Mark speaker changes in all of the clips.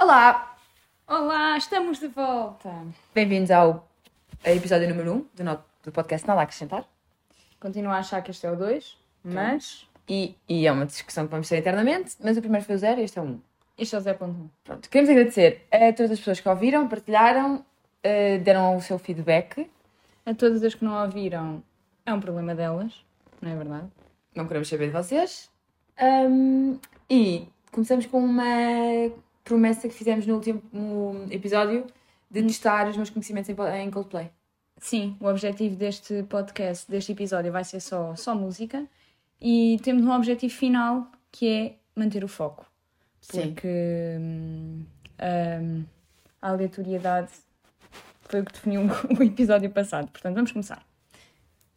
Speaker 1: Olá!
Speaker 2: Olá, estamos de volta.
Speaker 1: Bem-vindos ao episódio número 1 um do, no- do podcast Nada a Acrescentar.
Speaker 2: Continuo a achar que este é o 2, mas
Speaker 1: E, e é uma discussão que vamos ter internamente, mas o primeiro foi o zero e este é o 1. Um.
Speaker 2: este é o 0.1.
Speaker 1: Pronto, queremos agradecer a todas as pessoas que ouviram, partilharam, eh, deram o seu feedback.
Speaker 2: A todas as que não ouviram, é um problema delas, não é verdade?
Speaker 1: Não queremos saber de vocês. Ahm, e começamos com uma promessa que fizemos no último no episódio de testar os meus conhecimentos em, po- em Coldplay.
Speaker 2: Sim, o objetivo deste podcast, deste episódio, vai ser só, só música e temos um objetivo final que é manter o foco.
Speaker 1: Sim.
Speaker 2: Porque hum, hum, a aleatoriedade foi o que definiu o episódio passado. Portanto, vamos começar.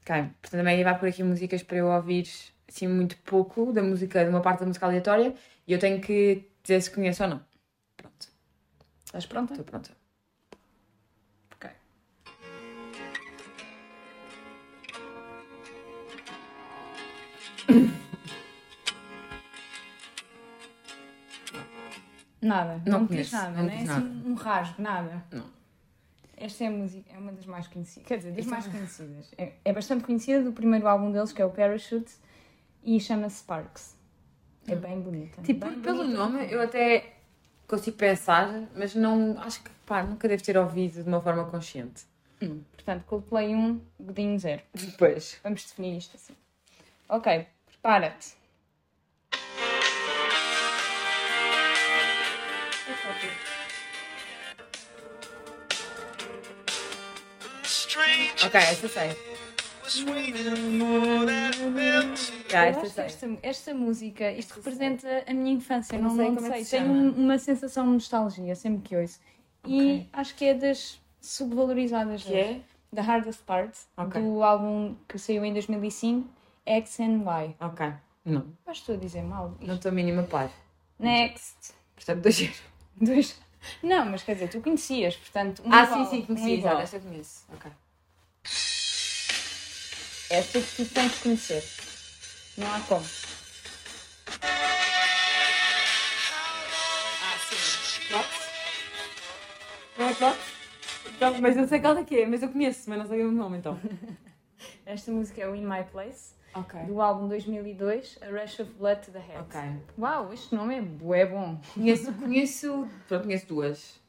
Speaker 1: Ok, portanto também vai por aqui músicas para eu ouvir assim muito pouco da música, de uma parte da música aleatória e eu tenho que dizer se conheço ou não. Pronto,
Speaker 2: Estás pronta?
Speaker 1: estou pronta.
Speaker 2: Ok. Nada,
Speaker 1: Não
Speaker 2: não, me
Speaker 1: conheço,
Speaker 2: diz nada,
Speaker 1: não
Speaker 2: não
Speaker 1: me
Speaker 2: é?
Speaker 1: diz
Speaker 2: Assim, um rasgo, nada.
Speaker 1: Não. Então
Speaker 2: Esta é a música, é uma das mais conhecidas, quer dizer, das
Speaker 1: Esta-
Speaker 2: mais conhecidas. É, é bastante conhecida do primeiro álbum deles, que é o Parachute, e chama-se Sparks. É bem bonita.
Speaker 1: Tipo,
Speaker 2: bem
Speaker 1: pelo
Speaker 2: bonita.
Speaker 1: nome eu até consigo pensar, mas não acho que pá, nunca devo ter ouvido de uma forma consciente.
Speaker 2: Portanto, Coldplay 1, Godinho 0.
Speaker 1: Depois.
Speaker 2: Vamos definir isto assim. Ok, prepara-te.
Speaker 3: Strange
Speaker 1: Ok, essa sei.
Speaker 3: was waiting for that melody.
Speaker 1: Já,
Speaker 2: Eu
Speaker 1: esta
Speaker 2: acho
Speaker 1: Ah, sei.
Speaker 2: esta, esta música, isto representa a minha infância,
Speaker 1: Eu
Speaker 2: não, não sei.
Speaker 1: como é que se
Speaker 2: Tenho
Speaker 1: chama.
Speaker 2: um- uma sensação de nostalgia sempre que ouço.
Speaker 1: Ok.
Speaker 2: E acho que é das subvalorizadas
Speaker 1: Que
Speaker 2: deles.
Speaker 1: é?
Speaker 2: The Hardest Part,
Speaker 1: Ok.
Speaker 2: do álbum que saiu em 2005, X and Y.
Speaker 1: Ok. Não,
Speaker 2: Mas estou a dizer mal.
Speaker 1: não
Speaker 2: Isto.
Speaker 1: estou a mínima par.
Speaker 2: Next.
Speaker 1: Portanto, dois euros.
Speaker 2: Dois. Não, mas quer dizer, tu conhecias, portanto. um
Speaker 1: Ah,
Speaker 2: igual,
Speaker 1: sim, sim,
Speaker 2: um
Speaker 1: conheci.
Speaker 2: igual.
Speaker 1: Exato, esta eu conheço. Ok.
Speaker 2: Esta que tu tens de conhecer. Não há como.
Speaker 1: Ah, sim. Props? Não é props? Pronto, mas eu sei qual é que é, mas eu conheço, mas não sei o nome então.
Speaker 2: Esta música é o In My Place,
Speaker 1: Ok.
Speaker 2: do álbum 2002, A Rush of Blood to the Head.
Speaker 1: Ok.
Speaker 2: Uau, este nome é bué bom.
Speaker 1: Conheço, conheço. Pronto, conheço duas.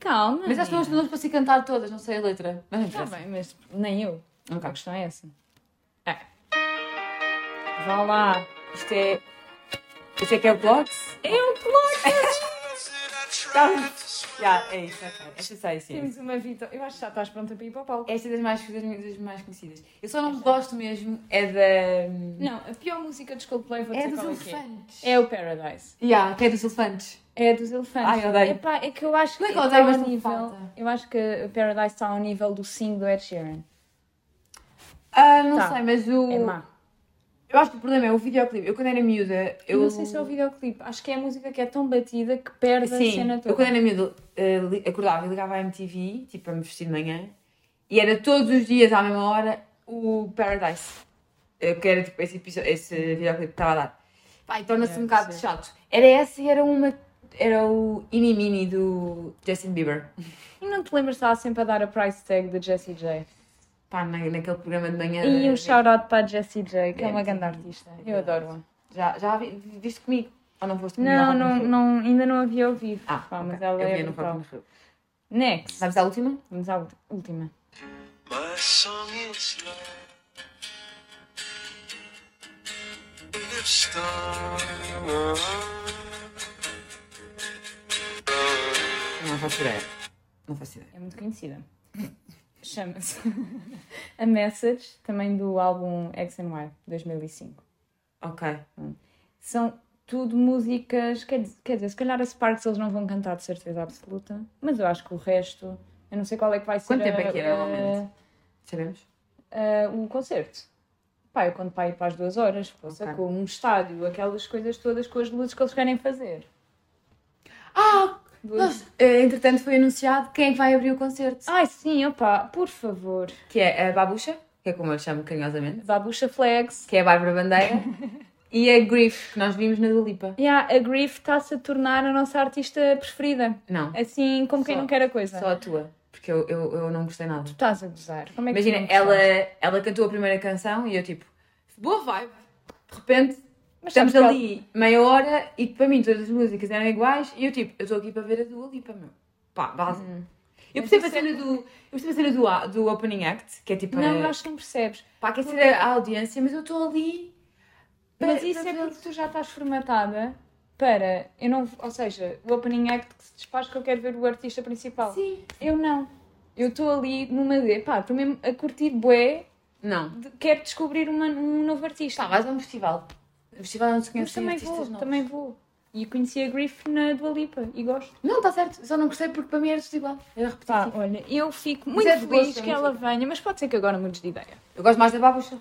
Speaker 2: Calma.
Speaker 1: Mas acho que
Speaker 2: nós
Speaker 1: nós duas para se cantar todas, não sei a letra. Mas não
Speaker 2: Está
Speaker 1: interessa.
Speaker 2: Tá bem, mas nem eu. A
Speaker 1: Ok.
Speaker 2: questão é essa. É. Vá lá.
Speaker 1: Isto é. Isto é que é o Blocks?
Speaker 2: É um clock!
Speaker 1: Já, é isso, ok. Esta assim. sei, sim.
Speaker 2: Temos uma vitória. Eu acho que já estás pronta para ir para o palco.
Speaker 1: Esta é das mais, das, minhas- das mais conhecidas. Eu só não gosto mesmo, é da.
Speaker 2: Não, a pior música dos Coldplay, vou
Speaker 1: É
Speaker 2: dizer
Speaker 1: dos
Speaker 2: qual é que é.
Speaker 1: elefantes.
Speaker 2: É o Paradise.
Speaker 1: Yeah, que é dos elefantes.
Speaker 2: É dos elefantes.
Speaker 1: Ai, odeio.
Speaker 2: Epá, é que eu acho que
Speaker 1: Como é que
Speaker 2: está
Speaker 1: odeio,
Speaker 2: ao
Speaker 1: mas não
Speaker 2: nível.
Speaker 1: falta?
Speaker 2: Eu acho que o Paradise está ao nível do sing do Ed Sheeran.
Speaker 1: Ah, não
Speaker 2: Tá.
Speaker 1: sei, mas o.
Speaker 2: É má.
Speaker 1: Eu acho que o problema é o videoclipe. Eu quando era miúda, eu.
Speaker 2: Eu não sei se é o videoclipe. Acho que é a música que é tão batida que perde a
Speaker 1: Sim,
Speaker 2: cena
Speaker 1: eu quando
Speaker 2: toda.
Speaker 1: era miúda eh, li- acordava e ligava à MTV, tipo, para me vestir de manhã, e era todos os dias à mesma hora o Paradise. eh, Que era tipo esse, episódio, esse videoclipe que estava a dar. Vai, torna-se
Speaker 2: Yeah,
Speaker 1: um bocado
Speaker 2: sim.
Speaker 1: chato. Era essa e era uma. Era o Ini Mini do Justin Bieber.
Speaker 2: E não te lembras de estar sempre a dar a price tag de Jessie J.
Speaker 1: Pá, na, naquele programa de manhã.
Speaker 2: E um shout-out para a Jessie J, que é,
Speaker 1: É,
Speaker 2: uma
Speaker 1: sim.
Speaker 2: grande artista. Eu
Speaker 1: É
Speaker 2: adoro-a.
Speaker 1: Já, já vi- viste comigo? Ou não foste comigo?
Speaker 2: Não,
Speaker 1: ao Rock
Speaker 2: não,
Speaker 1: in Rio?
Speaker 2: não, ainda não a vi ao vivo.
Speaker 1: Ah,
Speaker 2: Pá, mas
Speaker 1: ok.
Speaker 2: ela
Speaker 1: eu
Speaker 2: é
Speaker 1: vi no
Speaker 2: brutal.
Speaker 1: Rock in Rio.
Speaker 2: Next.
Speaker 1: Vamos à última?
Speaker 2: Vamos à ulti- última.
Speaker 3: My song is love. If storm,
Speaker 1: Não faço ideia. Não faço ideia.
Speaker 2: É muito conhecida. Chama-se A Message, também do álbum X and Y, 2005.
Speaker 1: Ok.
Speaker 2: são tudo músicas. Quer dizer, quer dizer, se calhar a Sparks eles não vão cantar de certeza absoluta, mas eu acho que o resto. Eu não sei qual é que vai ser.
Speaker 1: Quanto tempo
Speaker 2: a-
Speaker 1: é que é,
Speaker 2: a-
Speaker 1: normalmente? Sabemos?
Speaker 2: a- o eh, um concerto. Pá, eu conto para ir para as duas horas, poça,
Speaker 1: Ok.
Speaker 2: com um estádio, aquelas coisas todas com as luzes que eles querem fazer.
Speaker 1: Ah!
Speaker 2: Duas-
Speaker 1: entretanto, foi anunciado quem é que vai abrir o concerto.
Speaker 2: Ai sim, opá, por favor.
Speaker 1: Que é a Babucha, que é como eu lhe chamo carinhosamente.
Speaker 2: Babucha Flags.
Speaker 1: Que é a Bárbara Bandeira. e a Griff, que nós vimos na Dulipa.
Speaker 2: Yeah, a Griff está-se a tornar a nossa artista preferida.
Speaker 1: Não,
Speaker 2: Assim, como quem
Speaker 1: Só-
Speaker 2: não quer a coisa.
Speaker 1: só a tua, porque eu, eu, eu não gostei nada.
Speaker 2: Estás a gozar. Como é que
Speaker 1: Imagina,
Speaker 2: tu não
Speaker 1: ela,
Speaker 2: gostas?
Speaker 1: ela cantou a primeira canção e eu tipo, boa vibe. De repente,
Speaker 2: Mas
Speaker 1: estamos
Speaker 2: sabes que ela-
Speaker 1: ali meia hora e para mim todas as músicas eram iguais e eu tipo, eu estou aqui para ver a Dua Lipa, meu. Pá, base. Eu
Speaker 2: Mas
Speaker 1: percebo a
Speaker 2: isso é-
Speaker 1: cena do, eu percebo a cena do, a- do opening act, que é tipo,
Speaker 2: Não, eu
Speaker 1: para
Speaker 2: acho que não percebes.
Speaker 1: pá, aquecer a audiência, mas eu estou ali. para-
Speaker 2: Mas isso
Speaker 1: para
Speaker 2: é
Speaker 1: ver-
Speaker 2: porque tu já estás formatada para. Eu não, ou seja, o opening act que se desfaz que eu quero ver o artista principal.
Speaker 1: Sim.
Speaker 2: Eu não. Eu estou ali numa de. Pá, estou mesmo a curtir bué,
Speaker 1: Não.
Speaker 2: de- quero descobrir uma- um novo artista.
Speaker 1: Tá, vais a um festival. No festival não se
Speaker 2: Mas
Speaker 1: conhece
Speaker 2: também
Speaker 1: artistas
Speaker 2: vou,
Speaker 1: novos.
Speaker 2: também vou. E conheci a Griff na Dua Lipa e gosto.
Speaker 1: Não, está certo. Só não gostei porque para mim era tudo igual. Era
Speaker 2: Pá,
Speaker 1: repetitivo.
Speaker 2: olha, eu fico muito
Speaker 1: é de
Speaker 2: feliz
Speaker 1: gosto,
Speaker 2: que
Speaker 1: é
Speaker 2: ela venha, mas pode ser que agora mudes de ideia.
Speaker 1: Eu gosto mais da babucha.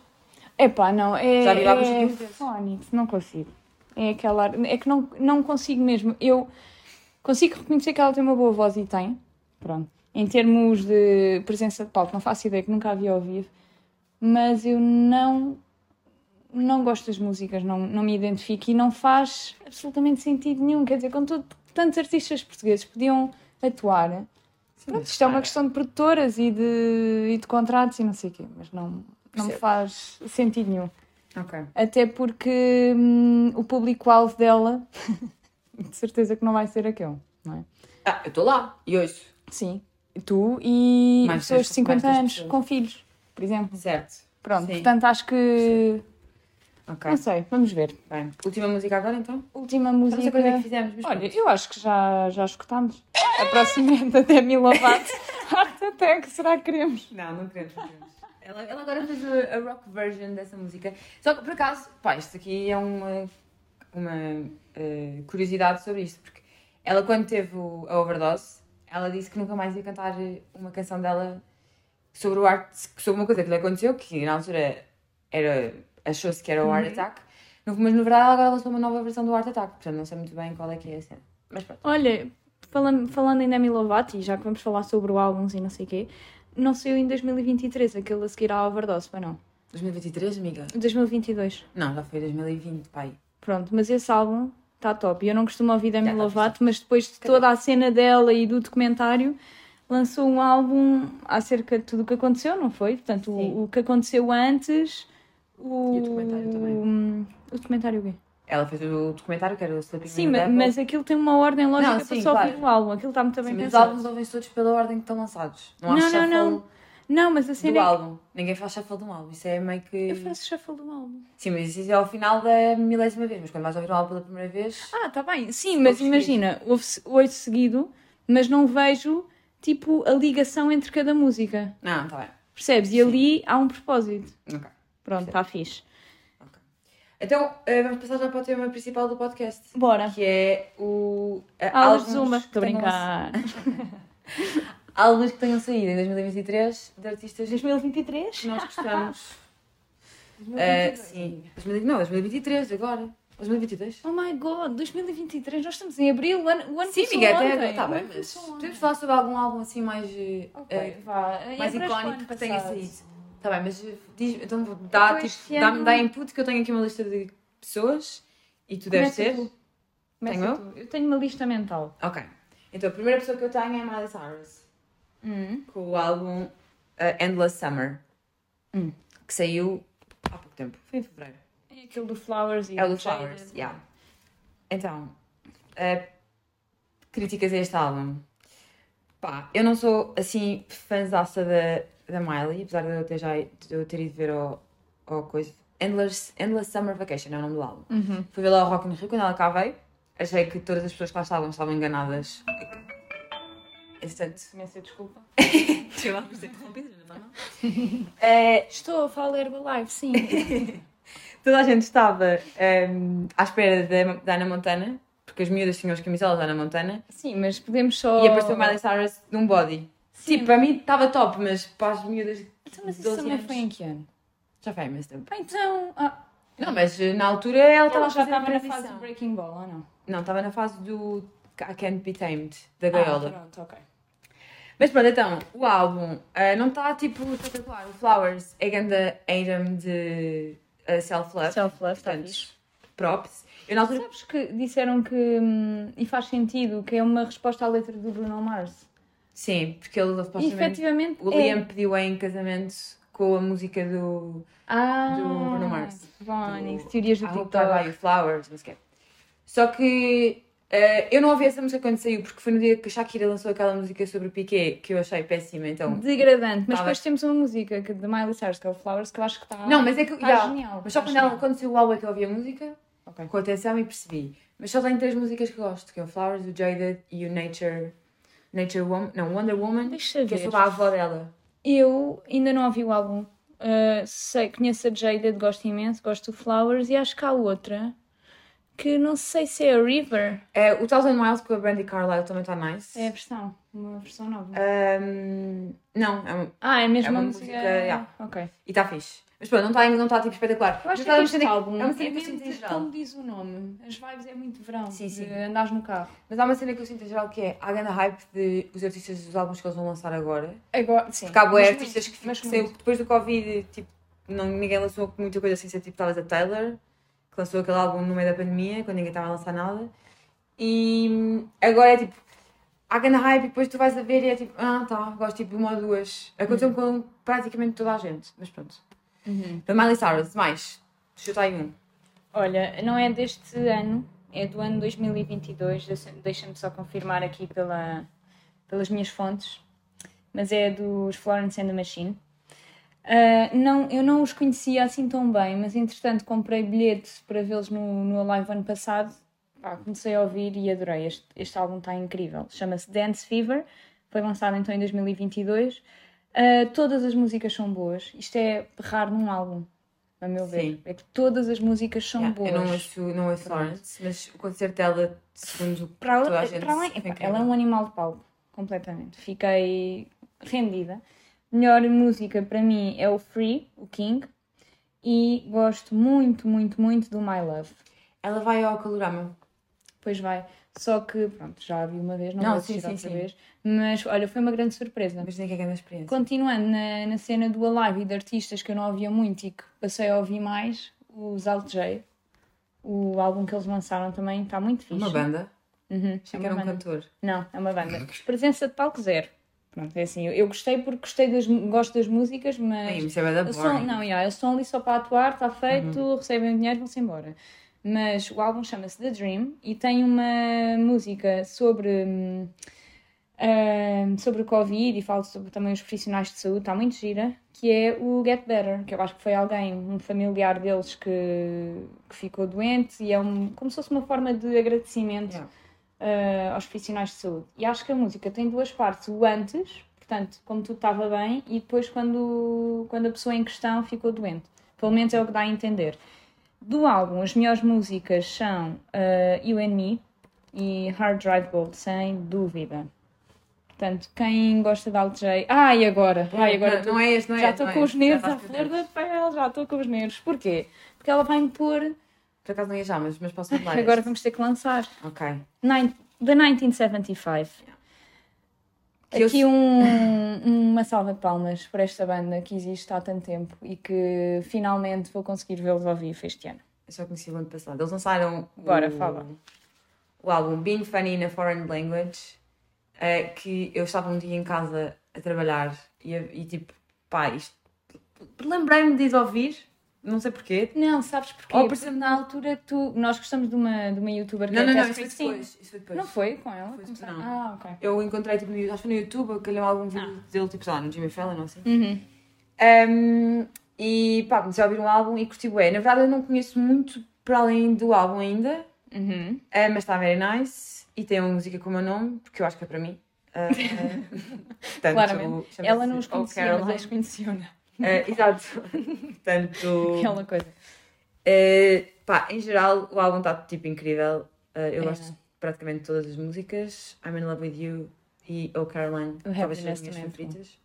Speaker 2: É pá, não, é.
Speaker 1: Já vi lá
Speaker 2: é
Speaker 1: muitas vezes.
Speaker 2: Phonics, não consigo. É aquela. ar- É que não, não consigo mesmo. Eu consigo reconhecer que ela tem uma boa voz e tem. Pronto. Em termos de presença de palco, não faço ideia que nunca a vi ao vivo, mas eu não. Não gosto das músicas, não, não me identifico e não faz absolutamente sentido nenhum. Quer dizer, com todo- tantos artistas portugueses podiam atuar. Pronto, isto é uma questão de produtoras e de, e de contratos e não sei o quê, mas não, não me
Speaker 1: Percebo.
Speaker 2: faz sentido nenhum.
Speaker 1: Ok.
Speaker 2: Até porque hum, o público-alvo dela, de certeza que não vai ser aquele, não é?
Speaker 1: Ah, eu estou lá e ouço.
Speaker 2: Sim, tu e
Speaker 1: Mais
Speaker 2: pessoas
Speaker 1: pessoas-
Speaker 2: de 50
Speaker 1: mais
Speaker 2: anos
Speaker 1: pessoas.
Speaker 2: com filhos, por exemplo.
Speaker 1: Certo.
Speaker 2: Pronto,
Speaker 1: Sim.
Speaker 2: portanto acho que.
Speaker 1: Ok.
Speaker 2: Não sei, vamos ver.
Speaker 1: Bem. Última música agora então?
Speaker 2: Última
Speaker 1: Já Não
Speaker 2: música.
Speaker 1: sei quando é que fizemos, mas
Speaker 2: Olha,
Speaker 1: pronto.
Speaker 2: eu acho que já, já escutámos. A próxima é da Demi Lovato. Heart Attack, será que queremos?
Speaker 1: Não, não queremos, não queremos. Ela, ela agora fez a, a rock version dessa música. Só que por acaso, pá, isto aqui é uma, uma eh, curiosidade sobre isto, porque ela quando teve o- a overdose, ela disse que nunca mais ia cantar eh, uma canção dela sobre o art, sobre uma coisa que lhe aconteceu, que na altura era, achou-se que era o Heart Attack, No- mas na verdade ela agora lançou uma nova versão do Heart Attack, portanto não sei muito bem qual é que é a cena. Mas pronto.
Speaker 2: Olha, falando, falando em Demi Lovato, e já que vamos falar sobre o álbuns e não sei o quê, não saiu em 2023 aquele a seguir à overdose, mas não.
Speaker 1: 2023, amiga?
Speaker 2: 2022.
Speaker 1: Não, já foi 2020, pai.
Speaker 2: Pronto, mas esse álbum está top. Eu não costumo ouvir Demi
Speaker 1: Já tá
Speaker 2: Lovato, mas depois de toda a cena dela e do documentário, lançou um álbum acerca de tudo o que aconteceu, não foi? Portanto,
Speaker 1: Sim.
Speaker 2: o, o que aconteceu antes. O,
Speaker 1: E o documentário
Speaker 2: também. O documentário o quê?
Speaker 1: Ela fez o documentário que era o Sleeping
Speaker 2: Sim,
Speaker 1: in the
Speaker 2: ma-
Speaker 1: Devil.
Speaker 2: mas aquilo tem uma ordem lógica
Speaker 1: é Não,
Speaker 2: para
Speaker 1: sim,
Speaker 2: só ouvir
Speaker 1: claro.
Speaker 2: o álbum. Aquilo está muito bem
Speaker 1: Sim, mas os
Speaker 2: pensado.
Speaker 1: álbuns ouvem-se todos pela ordem que estão lançados. Não há
Speaker 2: Não, não,
Speaker 1: shuffle
Speaker 2: não. Não, mas a
Speaker 1: do
Speaker 2: cena. é-
Speaker 1: álbum. Ninguém faz shuffle de um álbum. Isso é meio que.
Speaker 2: Eu faço shuffle do álbum.
Speaker 1: Sim, mas isso é ao final da milésima vez. Mas quando vais ouvir um álbum pela primeira vez.
Speaker 2: Ah, tá bem. Sim, mas
Speaker 1: ouves
Speaker 2: imagina, ouve se- ouço seguido, mas não vejo tipo a ligação entre cada música.
Speaker 1: Não, tá bem.
Speaker 2: Percebes? E ali há um propósito.
Speaker 1: Ok.
Speaker 2: Pronto, está fixe.
Speaker 1: Então, eh, vamos passar já para o tema principal do podcast.
Speaker 2: Bora.
Speaker 1: Que é o. eh,
Speaker 2: Aulas de
Speaker 1: álbuns
Speaker 2: Zumba.
Speaker 1: que
Speaker 2: Estou a
Speaker 1: tenham-
Speaker 2: brincar.
Speaker 1: Álbuns que tenham saído em 2023 de artistas
Speaker 2: 2023?
Speaker 1: que nós gostamos. Eh, sim. 2000 Não, 2023, agora. 2022.
Speaker 2: Oh my god, 2023, nós estamos em abril, o ano, o ano
Speaker 1: Sim,
Speaker 2: começou
Speaker 1: Miguel,
Speaker 2: ontem.
Speaker 1: até tá
Speaker 2: O ano
Speaker 1: bem, mas
Speaker 2: começou ontem.
Speaker 1: podemos falar sobre algum álbum assim mais, eh,
Speaker 2: Ok,
Speaker 1: eh,
Speaker 2: vá. É
Speaker 1: mais
Speaker 2: para o
Speaker 1: icónico
Speaker 2: ano
Speaker 1: que tenha
Speaker 2: passado.
Speaker 1: saído. Tá bem, mas eh, diz, então dá,
Speaker 2: Então,
Speaker 1: tipo,
Speaker 2: este
Speaker 1: dá,
Speaker 2: ano-
Speaker 1: dá input que eu tenho aqui uma lista de pessoas e tu deves
Speaker 2: Começa
Speaker 1: ter.
Speaker 2: tu. Começa
Speaker 1: Tenho
Speaker 2: tu. Eu tenho uma lista mental.
Speaker 1: Ok. Então a primeira pessoa que eu tenho é a Miley Cyrus com o álbum eh, Endless Summer
Speaker 2: Hum.
Speaker 1: que saiu há pouco tempo, foi em fevereiro.
Speaker 2: É aquele do Flowers e
Speaker 1: É o do
Speaker 2: do Jaded.
Speaker 1: Flowers, yeah. Então, eh, críticas a este álbum. Pá, eu não sou assim fãzaça da, da Miley, apesar de eu ter, já, de eu ter ido ver o, o coisa. Endless, Endless Summer Vacation é o nome do álbum.
Speaker 2: Uhum.
Speaker 1: Fui vê-la ao Rock in Rio quando ela cá veio. Achei que todas as pessoas que lá estavam estavam enganadas. Entretanto,
Speaker 2: Imensa desculpa.
Speaker 1: chegou a ser interrompida, não é? Eh,
Speaker 2: Estou a falar Herbalife, sim.
Speaker 1: toda a gente estava ehm, à espera da, da Ana Montana, porque as miúdas tinham as camisolas da Ana Montana,
Speaker 2: sim, mas podemos só...
Speaker 1: E apareceu Miley Cyrus num body.
Speaker 2: Sim.
Speaker 1: Tipo, para mim estava top, mas para as miúdas.
Speaker 2: Então, Mas isso
Speaker 1: 12
Speaker 2: também
Speaker 1: anos.
Speaker 2: foi em que ano?
Speaker 1: Já foi há imenso tempo.
Speaker 2: Ah, Então... Ah,
Speaker 1: Não, mas eh, na altura ela
Speaker 2: Ela
Speaker 1: estava
Speaker 2: já
Speaker 1: já
Speaker 2: estava na fase
Speaker 1: transição.
Speaker 2: do Breaking Ball, ou não?
Speaker 1: Não, estava na fase do I Can't Be Tamed, da Gaiola.
Speaker 2: Ah, pronto, ok.
Speaker 1: mas pronto, então, o álbum eh, não está tipo espetacular. O Flowers é ganda Adam de eh, Self Love.
Speaker 2: Self-love, está
Speaker 1: Portanto,
Speaker 2: fixe.
Speaker 1: props. Eu na altura.
Speaker 2: Sabes que disseram que, hum, e faz sentido, que é uma resposta à letra do Bruno Mars.
Speaker 1: Sim, porque ele
Speaker 2: E
Speaker 1: supostamente.
Speaker 2: efetivamente
Speaker 1: O
Speaker 2: é.
Speaker 1: Liam pediu-a em casamento com a música do.
Speaker 2: Ah,
Speaker 1: do Bruno Mars.
Speaker 2: Phonics, teorias do
Speaker 1: I Hope I Buy
Speaker 2: TikTok.
Speaker 1: You Flowers, não sei o quê. Só que eh, eu não ouvi essa música quando saiu, porque foi no dia que a Shakira lançou aquela música sobre o Piqué, que eu achei péssima, então...
Speaker 2: Degradante, mas
Speaker 1: Tá
Speaker 2: depois temos uma música que, de Miley Cyrus, que é o Flowers, que eu acho que está.
Speaker 1: não, mas é que...
Speaker 2: tá
Speaker 1: já,
Speaker 2: genial.
Speaker 1: mas só
Speaker 2: tá
Speaker 1: quando, ela,
Speaker 2: genial.
Speaker 1: quando saiu o álbum é que eu ouvi a música,
Speaker 2: Ok.
Speaker 1: com atenção e percebi. Mas só tenho três músicas que gosto, que é o Flowers, o Jaded e o Nature... Nature Woman... Não, Wonder Woman,
Speaker 2: Deixa
Speaker 1: que é
Speaker 2: ver.
Speaker 1: sobre a avó dela.
Speaker 2: Eu ainda não ouvi o álbum. Ah, sei, conheço a Jaded, gosto imenso, gosto do Flowers e acho que há outra que não sei se é a River.
Speaker 1: É, o Thousand Miles com a Brandy Carlisle também está nice.
Speaker 2: É a versão, uma versão nova.
Speaker 1: Ahm, não, é um-
Speaker 2: Ah, é mesmo
Speaker 1: é uma
Speaker 2: É uma
Speaker 1: música,
Speaker 2: música.
Speaker 1: yeah.
Speaker 2: Ok.
Speaker 1: e está fixe. Mas pronto, não está não tá, tipo espetacular.
Speaker 2: Eu
Speaker 1: Mas tá
Speaker 2: acho que
Speaker 1: uma
Speaker 2: este
Speaker 1: cena-
Speaker 2: álbum
Speaker 1: é
Speaker 2: é,
Speaker 1: uma cena que eu
Speaker 2: mesmo,
Speaker 1: sinto em geral.
Speaker 2: como diz o nome, as vibes é muito verão,
Speaker 1: Sim, sim.
Speaker 2: de andares no carro.
Speaker 1: Mas há uma cena que eu sinto em geral que é há grande hype de os artistas dos álbuns que eles vão lançar agora.
Speaker 2: Agora, sim.
Speaker 1: Porque há bué
Speaker 2: Mas
Speaker 1: artistas
Speaker 2: muito,
Speaker 1: que,
Speaker 2: mas
Speaker 1: que saiu-
Speaker 2: muito.
Speaker 1: depois do Covid, tipo, não, ninguém lançou muita coisa sem ser tipo talvez a Taylor, que lançou aquele álbum no meio da pandemia, quando ninguém estava a lançar nada. E hum, agora é tipo, há grande hype e depois tu vais a ver e é tipo, ah tá, gosto tipo de uma ou duas. Aconteceu com praticamente toda a gente, mas pronto.
Speaker 2: Uhum.
Speaker 1: Da Miley Cyrus, mais, chuta aí um.
Speaker 2: Olha, não é deste ano, é do ano 2022, deixa- deixa-me só confirmar aqui pela, pelas minhas fontes, mas é dos Florence and the Machine. Ah, não, eu não os conhecia assim tão bem, mas entretanto comprei bilhete para vê-los no, no Alive ano passado. Pá, comecei a ouvir e adorei. Este, este álbum está incrível. Chama-se Dance Fever, foi lançado então em 2022. Ah, todas as músicas são boas. Isto é raro num álbum, a meu ver.
Speaker 1: Sim.
Speaker 2: É que todas as músicas são
Speaker 1: Yeah,
Speaker 2: boas.
Speaker 1: eu não ouço, não ouço
Speaker 2: Pronto.
Speaker 1: Florence, mas o concerto dela, segundo
Speaker 2: para,
Speaker 1: toda a
Speaker 2: ela-
Speaker 1: gente,
Speaker 2: para além,
Speaker 1: foi
Speaker 2: epá,
Speaker 1: incrível.
Speaker 2: ela é um animal de palco, completamente. Fiquei rendida. Melhor música para mim é o Free, o King, e gosto muito, muito, muito do My Love.
Speaker 1: Ela vai ao Calorama.
Speaker 2: Pois vai. Só que, pronto, já a vi uma vez, não,
Speaker 1: Não,
Speaker 2: vou
Speaker 1: sim,
Speaker 2: assistir
Speaker 1: sim,
Speaker 2: outra
Speaker 1: sim.
Speaker 2: vez. Mas, olha, foi uma grande surpresa.
Speaker 1: Mas nem que é grande experiência.
Speaker 2: Continuando na, na cena do Alive e de artistas que eu não ouvia muito e que passei a ouvir mais, os Alt J. O álbum que eles lançaram também está muito fixe.
Speaker 1: É Uma banda?
Speaker 2: Uhum,
Speaker 1: Achei
Speaker 2: é
Speaker 1: que era
Speaker 2: uma
Speaker 1: um
Speaker 2: banda.
Speaker 1: cantor.
Speaker 2: Não, é uma banda. Presença de palco zero. Pronto, é assim. Eu, eu gostei porque gostei das, gosto das músicas,
Speaker 1: Ai,
Speaker 2: mas.
Speaker 1: isso é bué da
Speaker 2: Eles
Speaker 1: boring.
Speaker 2: são, não, yeah, eles estão ali só para atuar, está feito, recebem o dinheiro e vão-se embora. Mas o álbum chama-se The Dream e tem uma música sobre. hum, hum, sobre o Covid e fala sobre também os profissionais de saúde, está muito gira, que é o Get Better, que eu acho que foi alguém, um familiar deles que, que ficou doente e é um, como se fosse uma forma de agradecimento
Speaker 1: Yeah.
Speaker 2: eh, aos profissionais de saúde. E acho que a música tem duas partes. O antes, portanto, como tudo estava bem, e depois quando, quando a pessoa em questão ficou doente. Pelo menos é o que dá a entender. Do álbum, as melhores músicas são eh, You and Me e Hard Drive Gold, sem dúvida. Portanto, quem gosta de Alt J. Ai, agora! Ai, agora
Speaker 1: não, não é este, não é
Speaker 2: já
Speaker 1: este,
Speaker 2: estou
Speaker 1: não é
Speaker 2: com os
Speaker 1: este.
Speaker 2: nervos
Speaker 1: Já
Speaker 2: à
Speaker 1: estás com
Speaker 2: flor da pele, já estou com os nervos. Porquê? Porque ela vai-me pôr.
Speaker 1: Por acaso não ia já, mas, mas posso falar.
Speaker 2: Agora
Speaker 1: este.
Speaker 2: vamos ter que lançar.
Speaker 1: Ok.
Speaker 2: Nine, the 1975.
Speaker 1: Que eu
Speaker 2: Aqui
Speaker 1: sou-
Speaker 2: um- uma salva de palmas por esta banda que existe há tanto tempo e que finalmente vou conseguir vê-los ao vivo este ano.
Speaker 1: Eu só conheci o ano passado. Eles lançaram
Speaker 2: Bora,
Speaker 1: o,
Speaker 2: fala.
Speaker 1: o álbum Being Funny in a Foreign Language, eh, que eu estava um dia em casa a trabalhar e, e tipo, pá, isto. Lembrei-me de ir ouvir, não sei porquê.
Speaker 2: Não, sabes porquê?
Speaker 1: Oh, por
Speaker 2: por exemplo, na altura que tu. Nós gostamos de uma, de uma youtuber que
Speaker 1: Não,
Speaker 2: é
Speaker 1: não, não, isso
Speaker 2: Tess
Speaker 1: foi
Speaker 2: Christine.
Speaker 1: depois. Isso foi depois.
Speaker 2: Não foi com ela?
Speaker 1: Foi,
Speaker 2: Começaram-
Speaker 1: não.
Speaker 2: Ah, ok.
Speaker 1: Eu encontrei, tipo, no, acho que foi no YouTube, eu calhei
Speaker 2: Ah.
Speaker 1: algum vídeo dele, tipo, sei lá, no Jimmy Fallon ou assim.
Speaker 2: Uhum.
Speaker 1: Um, e pá, comecei a ouvir um álbum e curti bué. Na verdade, eu não conheço muito para além do álbum ainda,
Speaker 2: Uhum.
Speaker 1: eh, mas está very nice. E tem uma música com o meu nome, porque eu acho que é para mim. Eh, portanto,
Speaker 2: Claramente.
Speaker 1: chama-se
Speaker 2: Ela não os
Speaker 1: Oh
Speaker 2: conhecia, mas
Speaker 1: Caroline.
Speaker 2: eles conheciam.
Speaker 1: Eh, exato. portanto,
Speaker 2: Aquela coisa.
Speaker 1: eh, pá, em geral, o álbum está tipo incrível. Eh, eu
Speaker 2: É.
Speaker 1: gosto de praticamente de todas as músicas. I'm in love with you e Oh Caroline,
Speaker 2: O
Speaker 1: talvez sejam
Speaker 2: Happiness
Speaker 1: as minhas
Speaker 2: também é muito bom.
Speaker 1: favoritas.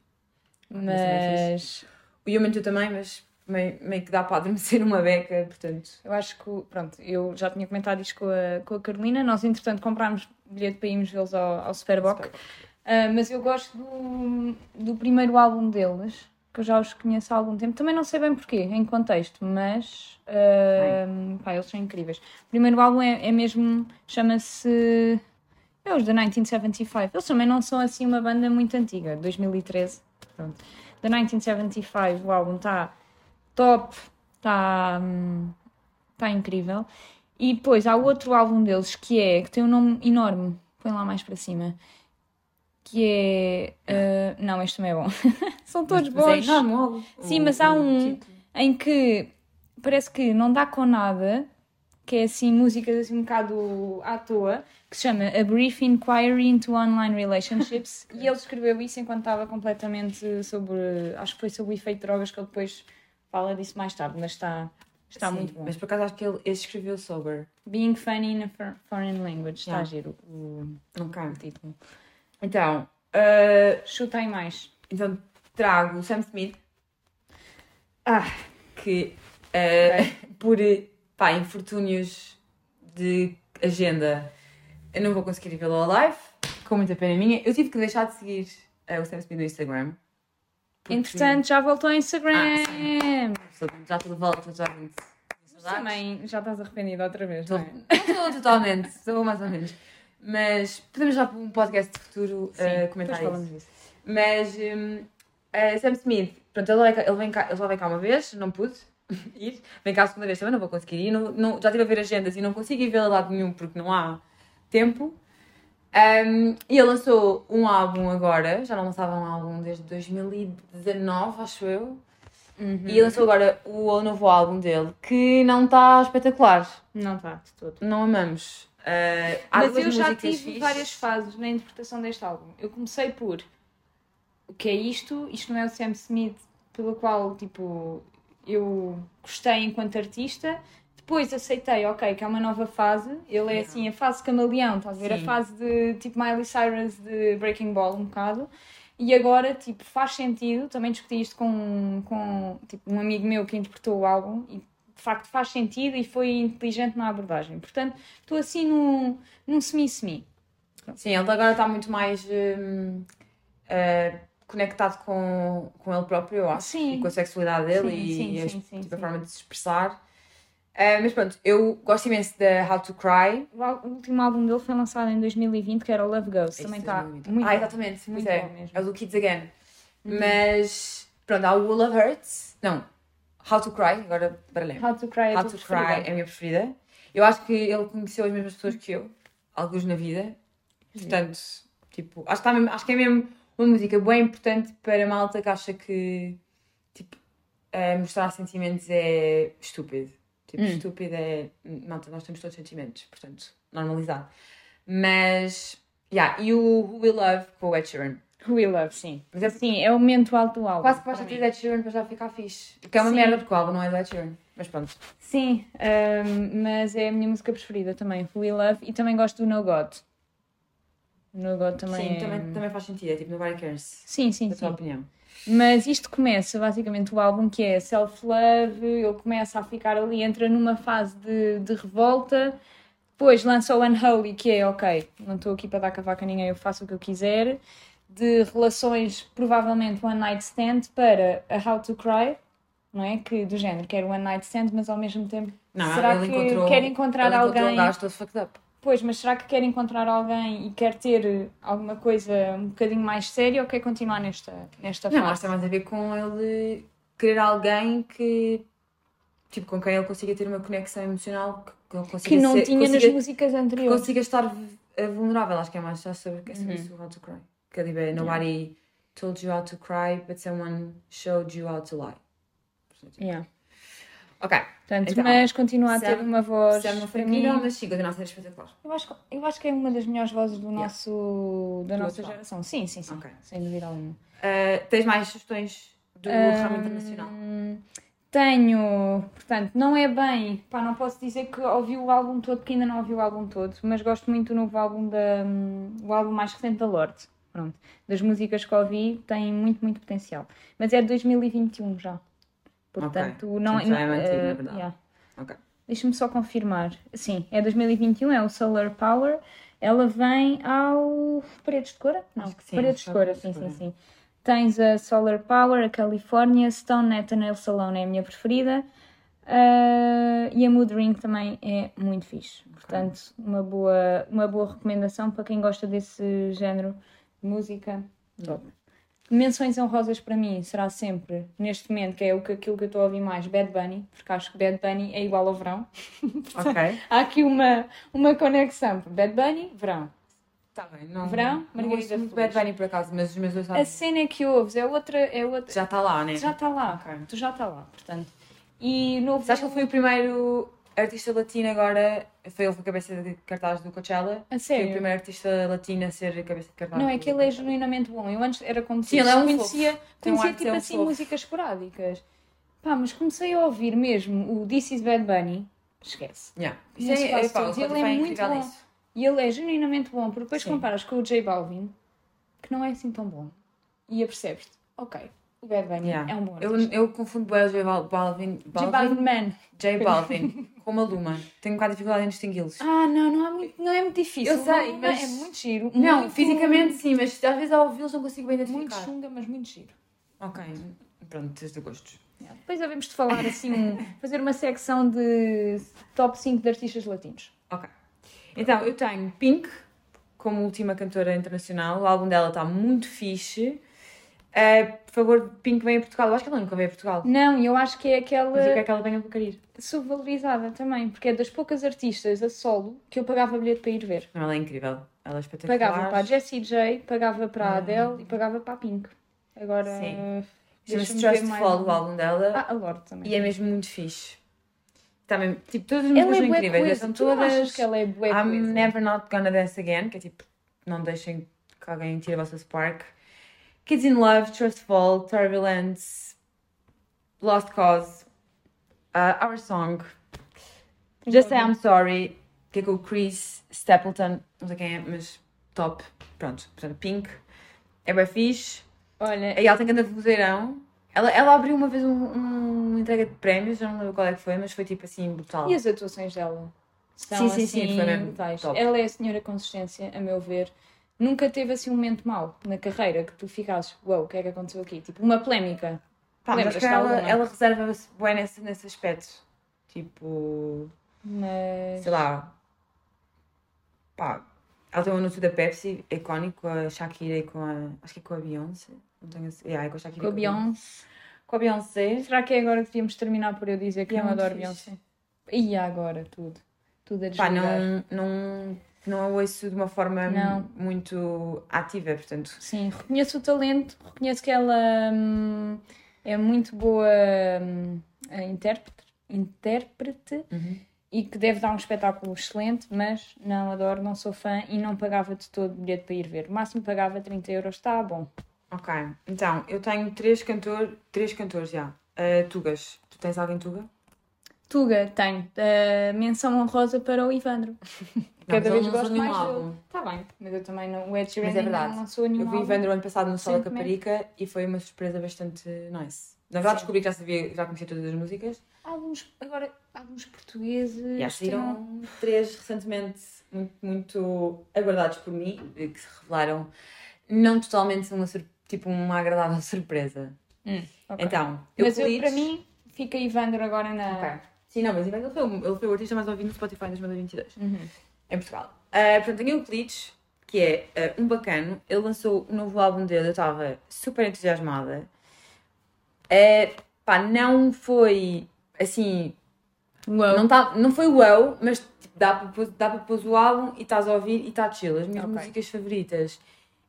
Speaker 1: é
Speaker 2: Mas.
Speaker 1: O Human Tu também, mas meio, meio que dá para adormecer uma beca, portanto.
Speaker 2: Eu acho que, o- pronto, eu já tinha comentado isto com a, com a Carolina. Nós, entretanto, comprámos bilhete para irmos vê-los ao, ao Superboc.
Speaker 1: Superboc.
Speaker 2: Ah, mas eu gosto do, do primeiro álbum deles, que eu já os conheço há algum tempo. Também não sei bem porquê, em contexto, mas ahm, pá, eles são incríveis. O primeiro álbum é, é mesmo, chama-se. É os da 1975. Eles também não são assim uma banda muito antiga, 2013. Pronto. Da 1975, o álbum está top, está hum, tá incrível. E depois há outro álbum deles que é, que tem um nome enorme, põe lá mais para cima. Que é. ah, não, este também é bom. São todos
Speaker 1: Mas é
Speaker 2: bons
Speaker 1: enorme logo.
Speaker 2: Sim,
Speaker 1: O-
Speaker 2: mas há
Speaker 1: o
Speaker 2: um-
Speaker 1: título.
Speaker 2: em que parece que não dá com nada, que é assim músicas assim um bocado à toa, que se chama A Brief Inquiry into Online Relationships, e ele escreveu isso enquanto estava completamente sobre, acho que foi sobre o efeito de drogas que ele depois fala disso mais tarde, mas está, está
Speaker 1: Sim,
Speaker 2: muito bom.
Speaker 1: Mas por acaso acho que ele, ele escreveu sober.
Speaker 2: Being Funny in a For- Foreign Language, está
Speaker 1: Yeah.
Speaker 2: giro o
Speaker 1: Ok.
Speaker 2: título.
Speaker 1: um tipo. Então, ah,
Speaker 2: Chuta aí mais.
Speaker 1: então trago o Sam Smith. Ah, que ah, por pá, infortúnios de agenda eu não vou conseguir vê-lo ao live, com muita pena minha. Eu tive que deixar de seguir ah, o Sam Smith no Instagram. porque-
Speaker 2: Entretanto, já voltou ao Instagram.
Speaker 1: Ah, Portanto, Já tudo volta, já vim
Speaker 2: Também já estás arrependida outra vez,
Speaker 1: Estou
Speaker 2: não é?
Speaker 1: estou totalmente, estou mais ou menos. Mas podemos já para um podcast de futuro
Speaker 2: Sim,
Speaker 1: eh,
Speaker 2: depois
Speaker 1: comentar
Speaker 2: falamos
Speaker 1: isso.
Speaker 2: disso.
Speaker 1: Mas hum, eh, Sam Smith, pronto, ele, vai cá- ele vem cá, ele já vem cá uma vez, não pude ir. Vem cá a segunda vez também, não vou conseguir ir. Não, não- já estive a ver agendas e não consigo ir vê-lo a lado nenhum porque não há tempo. Hum, e ele lançou um álbum agora, já não lançava um álbum desde 2019, acho eu.
Speaker 2: Uhum.
Speaker 1: E lançou agora o novo álbum dele, que não está espetacular
Speaker 2: Não está de todo.
Speaker 1: não amamos. Ah, há
Speaker 2: Mas
Speaker 1: duas
Speaker 2: eu já
Speaker 1: músicas
Speaker 2: tive
Speaker 1: fixes.
Speaker 2: várias fases na interpretação deste álbum. Eu comecei por o que é isto? Isto não é o Sam Smith pelo qual tipo eu gostei enquanto artista. Depois aceitei, ok, que há uma nova fase. Ele é
Speaker 1: Yeah.
Speaker 2: assim a fase camaleão, estás a ver?
Speaker 1: Sim.
Speaker 2: A fase de tipo Miley Cyrus de Breaking Ball um bocado. E agora, tipo, faz sentido, também discuti isto com, com tipo, um amigo meu que interpretou o álbum e de facto faz sentido e foi inteligente na abordagem. Portanto, estou assim num, num semi-semi.
Speaker 1: Sim, ele agora está muito mais hum, ah, conectado com, com ele próprio, eu acho.
Speaker 2: Sim.
Speaker 1: E com a sexualidade dele
Speaker 2: Sim,
Speaker 1: e,
Speaker 2: sim,
Speaker 1: e a,
Speaker 2: sim, sim,
Speaker 1: tipo, a
Speaker 2: sim.
Speaker 1: forma de se expressar. Ah, mas pronto, eu gosto imenso da How to Cry.
Speaker 2: O al- o último álbum dele foi lançado em 2020, que era o Love Goes. também
Speaker 1: Esse
Speaker 2: está
Speaker 1: é
Speaker 2: muito
Speaker 1: Ah,
Speaker 2: bom.
Speaker 1: exatamente. Muito
Speaker 2: Muito
Speaker 1: é.
Speaker 2: bom mesmo. Uhum.
Speaker 1: É o do Kids Again. Mas pronto, há o Will of Hurts. Não, How to Cry, agora baralhei.
Speaker 2: How to Cry é
Speaker 1: How
Speaker 2: a tua
Speaker 1: to Cry é
Speaker 2: preferida.
Speaker 1: a minha preferida. Eu acho que ele conheceu as mesmas pessoas que eu, alguns na vida. Portanto, tipo, acho que, tá mesmo- acho que é mesmo uma música bem importante para a malta que acha que tipo, eh, mostrar sentimentos é estúpido. Tipo,
Speaker 2: Hum.
Speaker 1: estúpido é. Malta, nós temos todos sentimentos, portanto, normalizado. Mas. Yeah, e o Who We Love com o Ed Sheeran.
Speaker 2: Who We Love, sim.
Speaker 1: Mas é
Speaker 2: Sim, é o momento alto do álbum.
Speaker 1: quase que basta
Speaker 2: para
Speaker 1: ter
Speaker 2: mim.
Speaker 1: Ed Sheeran para já ficar fixe. Que é uma
Speaker 2: Sim.
Speaker 1: merda porque o álbum não é do Ed Sheeran. Mas pronto.
Speaker 2: Sim, ahm, mas é a minha música preferida também, Who We Love, e também gosto do No God. No God também
Speaker 1: Sim,
Speaker 2: é...
Speaker 1: também, também faz sentido. É tipo Nobody Cares.
Speaker 2: Sim, sim,
Speaker 1: Da tua
Speaker 2: sim.
Speaker 1: opinião.
Speaker 2: Mas isto começa basicamente o álbum que é self-love, ele começa a ficar ali, entra numa fase de, de revolta, depois lança o Unholy, que é ok, não estou aqui para dar cavaca a ninguém, eu faço o que eu quiser, de relações, provavelmente One Night Stand, para a How to Cry, não é? Que do género, quer One Night Stand, mas ao mesmo tempo
Speaker 1: Não,
Speaker 2: será
Speaker 1: ele
Speaker 2: que
Speaker 1: encontrou,
Speaker 2: quer encontrar
Speaker 1: ele
Speaker 2: alguém.
Speaker 1: Encontrou um gajo todo fucked up.
Speaker 2: Pois, mas será que quer encontrar alguém e quer ter eh, alguma coisa um bocadinho mais séria ou quer continuar nesta, nesta
Speaker 1: Não, acho
Speaker 2: fase?
Speaker 1: que tem mais a ver com ele querer alguém que. Tipo, com quem ele consiga ter uma conexão emocional que- que ele consiga
Speaker 2: que não
Speaker 1: ser-
Speaker 2: tinha nas
Speaker 1: consiga,
Speaker 2: músicas
Speaker 1: que
Speaker 2: anteriores.
Speaker 1: consiga estar v- eh, vulnerável. Acho que é mais já sobre, é sobre isso, How to Cry. Que ele diz, Nobody told you how to cry, but someone showed you how to lie.
Speaker 2: Yeah.
Speaker 1: Ok.
Speaker 2: Portanto,
Speaker 1: Então,
Speaker 2: mas continua a
Speaker 1: Sam-
Speaker 2: ter uma voz.
Speaker 1: Sam não foi
Speaker 2: para mim,
Speaker 1: incrível, mas sim, continua a ser espetacular.
Speaker 2: eu, acho, que- eu acho que é uma das melhores vozes do
Speaker 1: Yeah.
Speaker 2: nosso, da
Speaker 1: Do
Speaker 2: nossa
Speaker 1: atual.
Speaker 2: geração. Sim, sim, sim.
Speaker 1: Ok.
Speaker 2: Sem dúvida alguma.
Speaker 1: Eh, tens mais sugestões do ramo
Speaker 2: Um,
Speaker 1: internacional?
Speaker 2: Hum, Tenho, portanto, não é bem. Pá, não posso dizer que ouvi o álbum todo, que ainda não ouvi o álbum todo, mas gosto muito do novo álbum da. hum, o álbum mais recente da Lorde. Pronto. Das músicas que ouvi, tem muito, muito potencial. Mas é de 2021 já. Portanto, não
Speaker 1: Portanto, já é
Speaker 2: não-
Speaker 1: antigo, na
Speaker 2: eh,
Speaker 1: verdade. Ok.
Speaker 2: Deixa-me só confirmar. Sim, é 2021, é o Solar Power. Ela vem ao Paredes de Cora? Não,
Speaker 1: Acho que sim,
Speaker 2: Paredes
Speaker 1: acho que
Speaker 2: de
Speaker 1: é
Speaker 2: Cora,
Speaker 1: Paredes
Speaker 2: sim,
Speaker 1: de
Speaker 2: sim, sim. Tens a Solar Power, a California, Stone Neta Nail Salon é a minha preferida. ah, e a Mood Ring também é muito fixe. Portanto, uma boa, uma boa recomendação para quem gosta desse género de música. Top. Menções honrosas para mim será sempre, neste momento, que é o que, aquilo que eu estou a ouvir mais, Bad Bunny, porque acho que Bad Bunny é igual ao verão.
Speaker 1: Ok.
Speaker 2: Há aqui uma, uma conexão. Bad Bunny, verão.
Speaker 1: Está Tá bem. Não,
Speaker 2: Verão,
Speaker 1: não
Speaker 2: Margarida
Speaker 1: ouço muito
Speaker 2: Feliz.
Speaker 1: Bad Bunny por acaso, mas os meus dois
Speaker 2: A
Speaker 1: sabem.
Speaker 2: cena que ouves é outra. É outra
Speaker 1: Já está lá, né?
Speaker 2: já tá está lá.
Speaker 1: Ok.
Speaker 2: Tu já está lá, portanto. E novo.
Speaker 1: Sabes que ele foi o primeiro artista latino agora? Foi ele que foi cabeça de cartaz do Coachella.
Speaker 2: A
Speaker 1: Foi o
Speaker 2: sério?
Speaker 1: primeiro artista latino a ser cabeça de cartaz.
Speaker 2: Não, é
Speaker 1: do
Speaker 2: que ele é
Speaker 1: Coachella.
Speaker 2: genuinamente bom. Eu antes era como
Speaker 1: Sim, ele é um
Speaker 2: conhecia,
Speaker 1: Tem um
Speaker 2: conhecia
Speaker 1: ar de
Speaker 2: tipo
Speaker 1: ser um
Speaker 2: assim
Speaker 1: fofo.
Speaker 2: músicas esporádicas. Pá, mas comecei a ouvir mesmo o This is Bad Bunny. Esquece.
Speaker 1: Yeah. Isso
Speaker 2: Conheço
Speaker 1: é, é,
Speaker 2: quase
Speaker 1: pá, o
Speaker 2: todos. Ele é
Speaker 1: Spotify é
Speaker 2: muito
Speaker 1: incrível
Speaker 2: bom.
Speaker 1: nisso.
Speaker 2: E ele é genuinamente bom, porque depois
Speaker 1: Sim.
Speaker 2: comparas com o J Balvin, que não é assim tão bom. E apercebes-te, ok, o Bad Bunny
Speaker 1: Yeah.
Speaker 2: é um bom.
Speaker 1: Eu,
Speaker 2: artista.
Speaker 1: eu confundo bem o J Bal- Balvin,
Speaker 2: J
Speaker 1: Balvin,
Speaker 2: Balvin Man.
Speaker 1: J Balvin com uma luma. Tenho um bocado de dificuldade em distingui-los.
Speaker 2: Ah, não, não, há muito, não é muito difícil.
Speaker 1: Eu sei,
Speaker 2: Não, não,
Speaker 1: mas-
Speaker 2: É muito giro.
Speaker 1: não,
Speaker 2: muito-
Speaker 1: fisicamente sim, mas às vezes ao ouvi-los não consigo bem
Speaker 2: Muito
Speaker 1: identificar.
Speaker 2: chunga, mas muito giro.
Speaker 1: ok, pronto, tens de gostos.
Speaker 2: Depois havemos de falar assim, um- fazer uma secção de top 5 de artistas latinos.
Speaker 1: Ok. Então, eu tenho Pink como última cantora internacional. O álbum dela está muito fixe. Eh, por favor, Pink vem a Portugal. Eu acho que ela nunca veio a Portugal.
Speaker 2: Não, eu acho que é aquela
Speaker 1: Mas eu quero que ela venha para Carir.
Speaker 2: subvalorizada também, porque é das poucas artistas a solo que eu pagava bilhete para ir ver.
Speaker 1: Não, ela é incrível. Ela é espetacular.
Speaker 2: Pagava para a Jessie J, pagava para a Adele e pagava para a Pink. Agora.
Speaker 1: Sim.
Speaker 2: deixa-me
Speaker 1: Chama-se
Speaker 2: ver
Speaker 1: Just
Speaker 2: mais
Speaker 1: Fall,
Speaker 2: um.
Speaker 1: o álbum dela.
Speaker 2: Ah, a Lorde também.
Speaker 1: E é mesmo muito fixe. Está mesmo, tipo, todas as
Speaker 2: Ela
Speaker 1: músicas são
Speaker 2: é bué
Speaker 1: incríveis.
Speaker 2: coesa.
Speaker 1: São
Speaker 2: Tu não achas
Speaker 1: todas...
Speaker 2: que ela é bué
Speaker 1: I'm
Speaker 2: coesa?
Speaker 1: never not gonna dance again, que é tipo, não deixem que alguém tire a vossa spark. Kids in Love, Trust Fall, Turbulence, Lost Cause, uh, Our Song, Just Say I'm Sorry, que é com o Chris Stapleton, não sei quem é, mas top. Pronto, portanto, Pink, é bem fixe.
Speaker 2: Olha,
Speaker 1: Aí ela tem canta de vozeirão. Ela, ela abriu uma vez um, um- uma entrega de prémios, já não lembro qual é que foi, mas foi tipo assim, brutal.
Speaker 2: E as atuações dela? São
Speaker 1: Sim, sim,
Speaker 2: assim,
Speaker 1: sim, foi mesmo
Speaker 2: brutais.
Speaker 1: top.
Speaker 2: Ela é a senhora consistência, a meu ver. Nunca teve assim um momento mau na carreira que tu ficasses, uau, o que é que aconteceu aqui? Tipo, uma polémica.
Speaker 1: Pá, mas acho
Speaker 2: Lembras-te
Speaker 1: que ela,
Speaker 2: alguma?
Speaker 1: ela reserva-se bem nesse, nesse aspecto. Tipo,
Speaker 2: Mas.
Speaker 1: sei lá. Pá, ela tem um anúncio da Pepsi, icónico, com a Shakira e com a. Acho que é com a Beyoncé. Não tenho a certeza. Yeah, é com a Shakira.
Speaker 2: Com a
Speaker 1: e
Speaker 2: Beyoncé.
Speaker 1: Com a Beyoncé.
Speaker 2: Será que é agora que devíamos terminar por eu dizer que
Speaker 1: E é
Speaker 2: não
Speaker 1: muito
Speaker 2: adoro
Speaker 1: fixe.
Speaker 2: Beyoncé? E agora tudo. Tudo a
Speaker 1: Pá,
Speaker 2: desligar.
Speaker 1: não, não, não a ouço de uma forma
Speaker 2: Não.
Speaker 1: muito ativa, portanto.
Speaker 2: Sim, reconheço o talento, reconheço que ela hum, é muito boa hum, a intérprete, intérprete
Speaker 1: Uhum.
Speaker 2: e que deve dar um espetáculo excelente, mas não adoro, não sou fã e não pagava de todo bilhete para ir ver. O máximo pagava 30 euros, está bom.
Speaker 1: Ok, então, eu tenho três cantor, três cantores já. Ah, tugas. Tu tens alguém Tuga?
Speaker 2: Tuga, tenho eh, menção honrosa para o Ivandro. Cada
Speaker 1: mas
Speaker 2: vez
Speaker 1: ele não
Speaker 2: gosto
Speaker 1: lançou
Speaker 2: mais
Speaker 1: nenhum
Speaker 2: dele.
Speaker 1: álbum.
Speaker 2: Está bem, mas eu também não. O Ed Sheeran
Speaker 1: Mas é
Speaker 2: ainda
Speaker 1: verdade.
Speaker 2: não lançou nenhum
Speaker 1: Eu vi
Speaker 2: álbum.
Speaker 1: Ivandro ano passado no Sala
Speaker 2: recentemente.
Speaker 1: Caparica e foi uma surpresa bastante nice. Na verdade, descobri que já sabia, já conhecia todas as músicas.
Speaker 2: Álbuns, agora, álbuns portugueses.
Speaker 1: E há
Speaker 2: têm-
Speaker 1: saíram três recentemente muito, muito aguardados por mim, e que se revelaram não totalmente uma, sur- tipo, uma agradável surpresa.
Speaker 2: Ok.
Speaker 1: Então,
Speaker 2: mas eu,
Speaker 1: Euclides-
Speaker 2: para mim, fica Ivandro agora na.
Speaker 1: Ok. É. Sim, não, mas ele foi, o- ele foi o artista mais ouvido no Spotify em 2022,
Speaker 2: Uhum.
Speaker 1: em Portugal. Ah, portanto, tem Euclides, que é ah, um bacano. Ele lançou o novo álbum dele, eu estava super entusiasmada. Ah, pá, não foi assim.
Speaker 2: Uau.
Speaker 1: Não, tá, não foi wow, mas tipo, dá para pôr, dá para pôr o álbum e estás a ouvir e está chill. As minhas
Speaker 2: Ok.
Speaker 1: músicas favoritas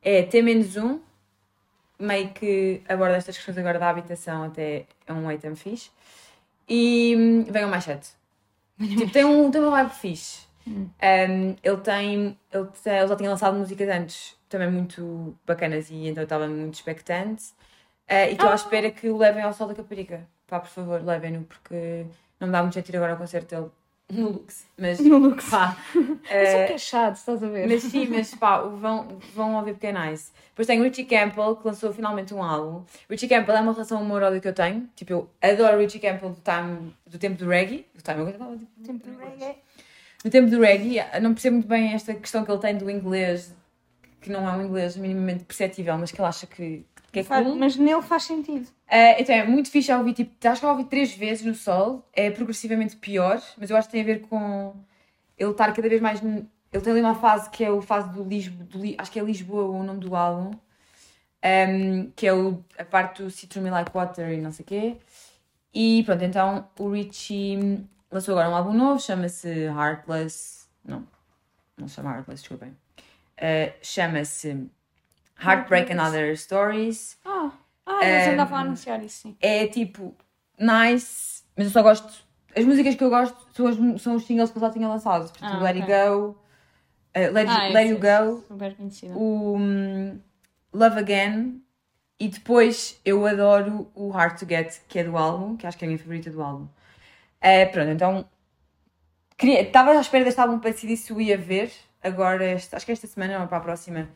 Speaker 1: é T-1, meio que aborda estas questões agora da habitação, até é um item fixe. E hum, venham mais sete. Tipo, tem, um, tem uma vibe fixe. Um, ele, tem, ele, tem- ele já tinha lançado músicas antes, também muito bacanas, e então eu estava muito expectante. Uh, e estou
Speaker 2: Ah.
Speaker 1: à espera que o levem ao Sol da Caparica. Pá, por favor, levem-no, porque não me dá muito jeito ir agora ao concerto dele no Lux. Mas,
Speaker 2: No Lux.
Speaker 1: pá,
Speaker 2: Mas
Speaker 1: eh,
Speaker 2: é que é chato, estás a ver?
Speaker 1: mas sim, mas pá, o vão, vão ouvir porque é nice. Depois tem o Richie Campbell, que lançou finalmente um álbum. Richie Campbell é uma relação amor-ódio que eu tenho. Tipo, eu adoro Richie Campbell do, time, do tempo do reggae. Do time, é eu gostava de-
Speaker 2: tipo, é
Speaker 1: é no tempo do reggae, não percebo muito bem esta questão que ele tem do inglês, que não é um inglês minimamente perceptível, mas que ele acha que que é
Speaker 2: Faz-
Speaker 1: cool.
Speaker 2: Mas nele faz sentido.
Speaker 1: Ah, então é muito fixe a ouvir, tipo, acho que a ouvir três vezes no sol, é progressivamente pior, mas eu acho que tem a ver com ele estar cada vez mais. n- Ele tem ali uma fase que é a fase do Lisboa, acho que é Lisboa o nome do álbum, ahm, que é o- a parte do Citrus Me Like Water e não sei o quê. E pronto, então o Richie lançou agora um álbum novo, chama-se Heartless. Não, não se chama Heartless, desculpem. Ah, chama-se Heartbreak and Other Stories
Speaker 2: Ah, ah eles
Speaker 1: Ehm,
Speaker 2: andavam a anunciar isso, sim.
Speaker 1: é tipo nice, mas eu só gosto. As músicas que eu gosto são, as- são os singles que eles já tinham lançado. Tipo,
Speaker 2: Ah,
Speaker 1: Let
Speaker 2: ok.
Speaker 1: It Go, uh, Let,
Speaker 2: Ah,
Speaker 1: It- Let
Speaker 2: esse-
Speaker 1: You Go,
Speaker 2: Super conhecido.
Speaker 1: o hum, Love Again e depois eu adoro o Hard to Get, que é do álbum, que acho que é a minha favorita do álbum. Eh, pronto, então queria- estava à espera deste álbum para decidir se o ia ver. Agora, este- acho que esta semana ou para a próxima,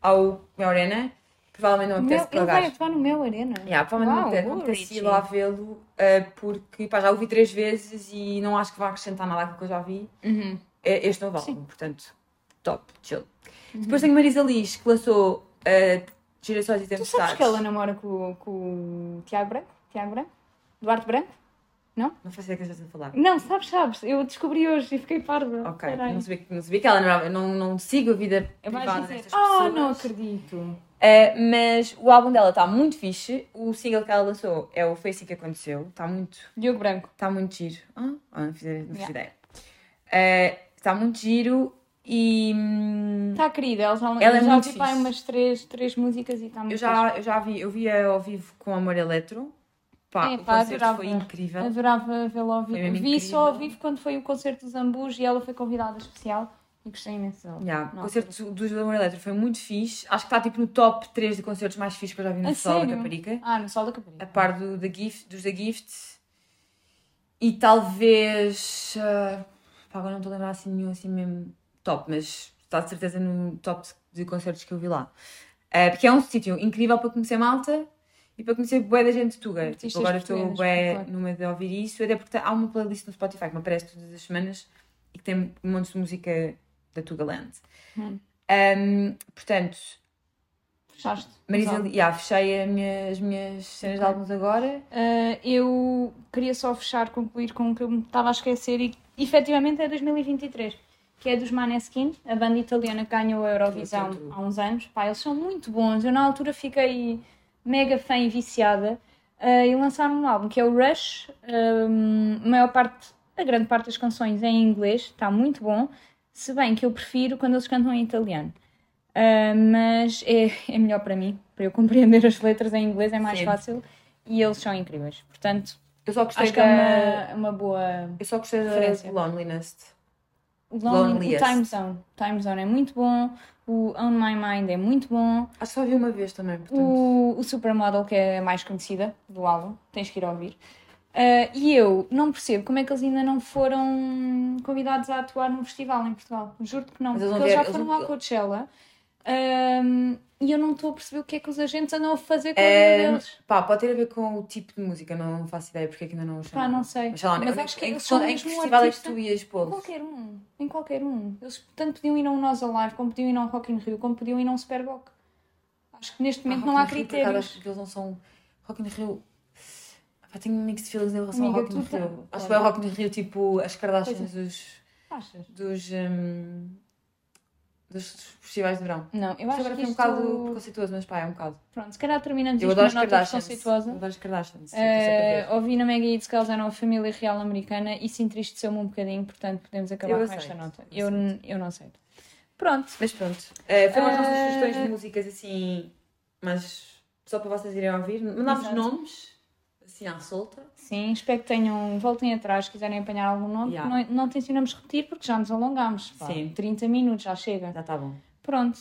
Speaker 1: ao Meu Arena. Provavelmente não
Speaker 2: O
Speaker 1: apetece
Speaker 2: meu-
Speaker 1: para o
Speaker 2: ele vai
Speaker 1: gajo.
Speaker 2: atuar no meu arena.
Speaker 1: Yeah, provavelmente
Speaker 2: Uau,
Speaker 1: não apetece- não
Speaker 2: boa,
Speaker 1: apetece ir
Speaker 2: Richie.
Speaker 1: lá vê-lo, eh, porque pá, já ouvi três vezes e não acho que vá acrescentar nada àquilo que eu já vi.
Speaker 2: Uhum.
Speaker 1: É Este novo álbum, portanto, top, chill.
Speaker 2: Uhum.
Speaker 1: Depois tenho Marisa Liz, que lançou eh, Girassóis e
Speaker 2: Tu
Speaker 1: Tempestades.
Speaker 2: sabes que ela namora com, com o Tiago Branco? Tiago Branco? Duarte Branco?
Speaker 1: Não faço ideia que estás a falar.
Speaker 2: Não, sabes, sabes. Eu descobri hoje e fiquei parva.
Speaker 1: Ok,
Speaker 2: Peraí.
Speaker 1: não sabia, que- não sabia que ela namorava, não, não sigo a vida
Speaker 2: Eu
Speaker 1: privada
Speaker 2: vais dizer,
Speaker 1: destas
Speaker 2: oh,
Speaker 1: pessoas.
Speaker 2: não acredito.
Speaker 1: Eh, mas o álbum dela está muito fixe, o single que ela lançou é o Foi Assim Que Aconteceu, está muito
Speaker 2: Diogo Branco.
Speaker 1: Está muito giro. Ah, ah, não fiz, não fiz
Speaker 2: Yeah.
Speaker 1: ideia. Está muito giro e hum,
Speaker 2: Está Tá querida, ela já,
Speaker 1: Ela é
Speaker 2: eu já
Speaker 1: muito
Speaker 2: ouvi pá,
Speaker 1: fixe.
Speaker 2: umas três, três músicas e está muito
Speaker 1: eu já, eu já vi, eu vi-a ao vivo com Amor Eletro. Pá,
Speaker 2: É,
Speaker 1: o
Speaker 2: pá,
Speaker 1: concerto
Speaker 2: adorava.
Speaker 1: foi
Speaker 2: fixe.
Speaker 1: incrível.
Speaker 2: Adorava vê-la ao
Speaker 1: Foi
Speaker 2: vivo.
Speaker 1: mesmo
Speaker 2: Vi só ao
Speaker 1: incrível.
Speaker 2: vivo quando foi o concerto dos Ambus e ela foi convidada especial e gostei imenso dela.
Speaker 1: Yeah, o
Speaker 2: Nossa.
Speaker 1: concerto dos do Amor Eletro foi muito fixe. Acho que está tipo no top 3 de concertos mais fixes que eu já vi
Speaker 2: A
Speaker 1: no Sol da
Speaker 2: sério?
Speaker 1: Caparica.
Speaker 2: Ah, no Sol da
Speaker 1: A
Speaker 2: Caparica.
Speaker 1: par do, da Gift, dos da Gift. E talvez. ah, pá, agora não estou a lembrar assim nenhum assim mesmo top, mas está de certeza no top de concertos que eu vi lá. Ah, porque é um sítio incrível para conhecer malta e para conhecer bué da gente de tuga. Tipo,
Speaker 2: Artistas
Speaker 1: agora estou
Speaker 2: portuguesas,
Speaker 1: bué
Speaker 2: claro.
Speaker 1: numa de ouvir isso, até porque tá, há uma playlist no Spotify que me aparece todas as semanas e que tem um monte de música da Tugaland.
Speaker 2: Hum.
Speaker 1: Ah, portanto,
Speaker 2: Fechaste.
Speaker 1: Marisa,
Speaker 2: Exato.
Speaker 1: yeah, fechei a minha- as minhas cenas de
Speaker 2: Ok.
Speaker 1: álbuns agora.
Speaker 2: Ah, eu queria só fechar, concluir com o que eu me estava a esquecer e efetivamente é 2023, que é dos Maneskin, a banda italiana que ganhou a Eurovisão
Speaker 1: Tudo, tudo, tudo.
Speaker 2: há uns anos. Pá, eles são muito bons, eu na altura fiquei mega fã e viciada ah, e lançaram um álbum que é o Rush, Ahm, a maior parte, a grande parte das canções é em inglês, está muito bom, se bem que eu prefiro quando eles cantam em italiano. Ah, mas é, é melhor para mim, para eu compreender as letras em inglês é mais
Speaker 1: Sim.
Speaker 2: fácil e eles são incríveis. Portanto,
Speaker 1: Eu só gostei
Speaker 2: acho que
Speaker 1: da...
Speaker 2: é uma, uma boa.
Speaker 1: Eu só gostei
Speaker 2: referência.
Speaker 1: da Loneliness.
Speaker 2: Lonely, o
Speaker 1: Loneliest.
Speaker 2: Time Zone. Time Zone é muito bom. O On My Mind é muito bom.
Speaker 1: Acho que só vi uma vez também, portanto.
Speaker 2: O, o Supermodel, que é a mais conhecida do álbum, tens que ir ouvir. Ah, e eu não percebo como é que eles ainda não foram convidados a atuar num festival em Portugal. Juro-te que não,
Speaker 1: Mas
Speaker 2: porque
Speaker 1: eles
Speaker 2: eles,
Speaker 1: não
Speaker 2: já
Speaker 1: vieram- eles
Speaker 2: foram
Speaker 1: não-
Speaker 2: à Coachella. Ahm, e eu não estou a perceber o que é que os agentes andam a fazer com a
Speaker 1: É,
Speaker 2: vida deles.
Speaker 1: Pá, pode ter a ver com o tipo de música, não faço ideia porque é que ainda não o
Speaker 2: Pá,
Speaker 1: chamaram.
Speaker 2: não sei.
Speaker 1: Mas, sei lá,
Speaker 2: Mas
Speaker 1: eu-
Speaker 2: acho que
Speaker 1: em
Speaker 2: eles
Speaker 1: que,
Speaker 2: são
Speaker 1: em que
Speaker 2: mesmo um
Speaker 1: festival é que
Speaker 2: artista-
Speaker 1: tu ias
Speaker 2: Em
Speaker 1: pô-los?
Speaker 2: qualquer um, em qualquer um. Eles tanto podiam ir a um Nós Alive, como podiam ir a um Rock in Rio, como podiam ir a um Superboc. Acho que neste
Speaker 1: Pá,
Speaker 2: momento
Speaker 1: Ah, Rock
Speaker 2: não há
Speaker 1: in Rio, por acaso,
Speaker 2: critérios.
Speaker 1: Acho que eles não são... Rock in Rio... Pá, tenho mixed feelings em relação
Speaker 2: Amiga,
Speaker 1: ao Rock in
Speaker 2: tu tá- é.
Speaker 1: Rio. Acho que é
Speaker 2: Olha.
Speaker 1: o Rock in Rio, tipo, as Kardashians dos...
Speaker 2: Achas?
Speaker 1: dos... hum, dos festivais de verão.
Speaker 2: Não, eu
Speaker 1: Isto
Speaker 2: acho
Speaker 1: agora
Speaker 2: que
Speaker 1: foi um
Speaker 2: isto...
Speaker 1: bocado preconceituoso, mas pá, é um bocado.
Speaker 2: Pronto, se calhar terminamos
Speaker 1: Eu
Speaker 2: isto
Speaker 1: adoro
Speaker 2: numa
Speaker 1: as
Speaker 2: nota
Speaker 1: Kardashians.
Speaker 2: preconceituosa.
Speaker 1: Adoro as Kardashians. sim, estou sempre a ver.
Speaker 2: Eh, ouvi na Mega Hits que eles eram a família real americana e se entristeceu-me um bocadinho, portanto podemos acabar
Speaker 1: Eu
Speaker 2: com
Speaker 1: aceito,
Speaker 2: esta nota.
Speaker 1: eu
Speaker 2: Eu, n- eu não aceito. Pronto.
Speaker 1: Mas pronto, eh, foram as nossas
Speaker 2: Eh,
Speaker 1: sugestões de músicas assim, mas só para vocês irem ouvir. Mandámos
Speaker 2: Exato.
Speaker 1: nomes, assim à solta.
Speaker 2: Sim, espero que tenham. Voltem atrás, se quiserem apanhar algum nome.
Speaker 1: Yeah.
Speaker 2: Não, não tencionamos repetir porque já nos alongámos. Pá.
Speaker 1: Sim.
Speaker 2: 30 minutos, já chega.
Speaker 1: Já está bom.
Speaker 2: Pronto.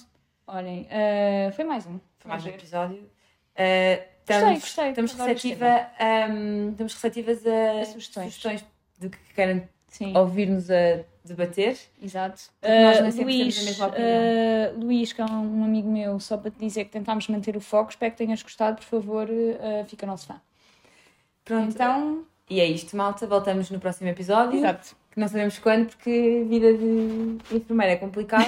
Speaker 2: Olhem, ah, foi mais um.
Speaker 1: Foi mais um
Speaker 2: Prazer.
Speaker 1: episódio. Eh, estamos,
Speaker 2: gostei.
Speaker 1: Estamos,
Speaker 2: Adoro este
Speaker 1: receptiva, ehm, estamos receptivas a,
Speaker 2: A sugestões.
Speaker 1: de que querem
Speaker 2: Sim,
Speaker 1: ouvir-nos a debater.
Speaker 2: exato.
Speaker 1: nós nem
Speaker 2: Ah,
Speaker 1: sempre
Speaker 2: Luís,
Speaker 1: temos a mesma opinião.
Speaker 2: ah, Luís, que é um amigo meu, só para te dizer que tentámos manter o foco. Espero que tenhas gostado. Por favor, ah, fica nosso fã.
Speaker 1: Pronto,
Speaker 2: Então,
Speaker 1: e é isto, malta. Voltamos no próximo episódio.
Speaker 2: exato.
Speaker 1: Que não sabemos quando, porque a vida de enfermeira é complicada.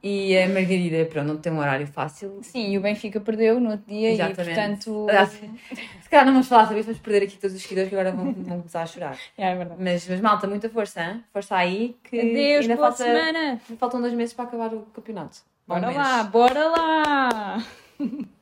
Speaker 1: e E a Margarida, pronto, não tem um horário fácil.
Speaker 2: Sim, e o Benfica perdeu no outro dia
Speaker 1: Exatamente.
Speaker 2: e, portanto...
Speaker 1: Aliás, Se calhar não vamos falar sobre isso, vamos perder aqui todos os seguidores que agora vão, vão começar a chorar.
Speaker 2: É, é verdade.
Speaker 1: Mas, mas malta, muita força, hein? força aí que
Speaker 2: Adeus,
Speaker 1: ainda
Speaker 2: boa
Speaker 1: falta, um
Speaker 2: semana!
Speaker 1: faltam dois meses para acabar o campeonato. Ao
Speaker 2: Bora
Speaker 1: menos.
Speaker 2: lá, bora lá!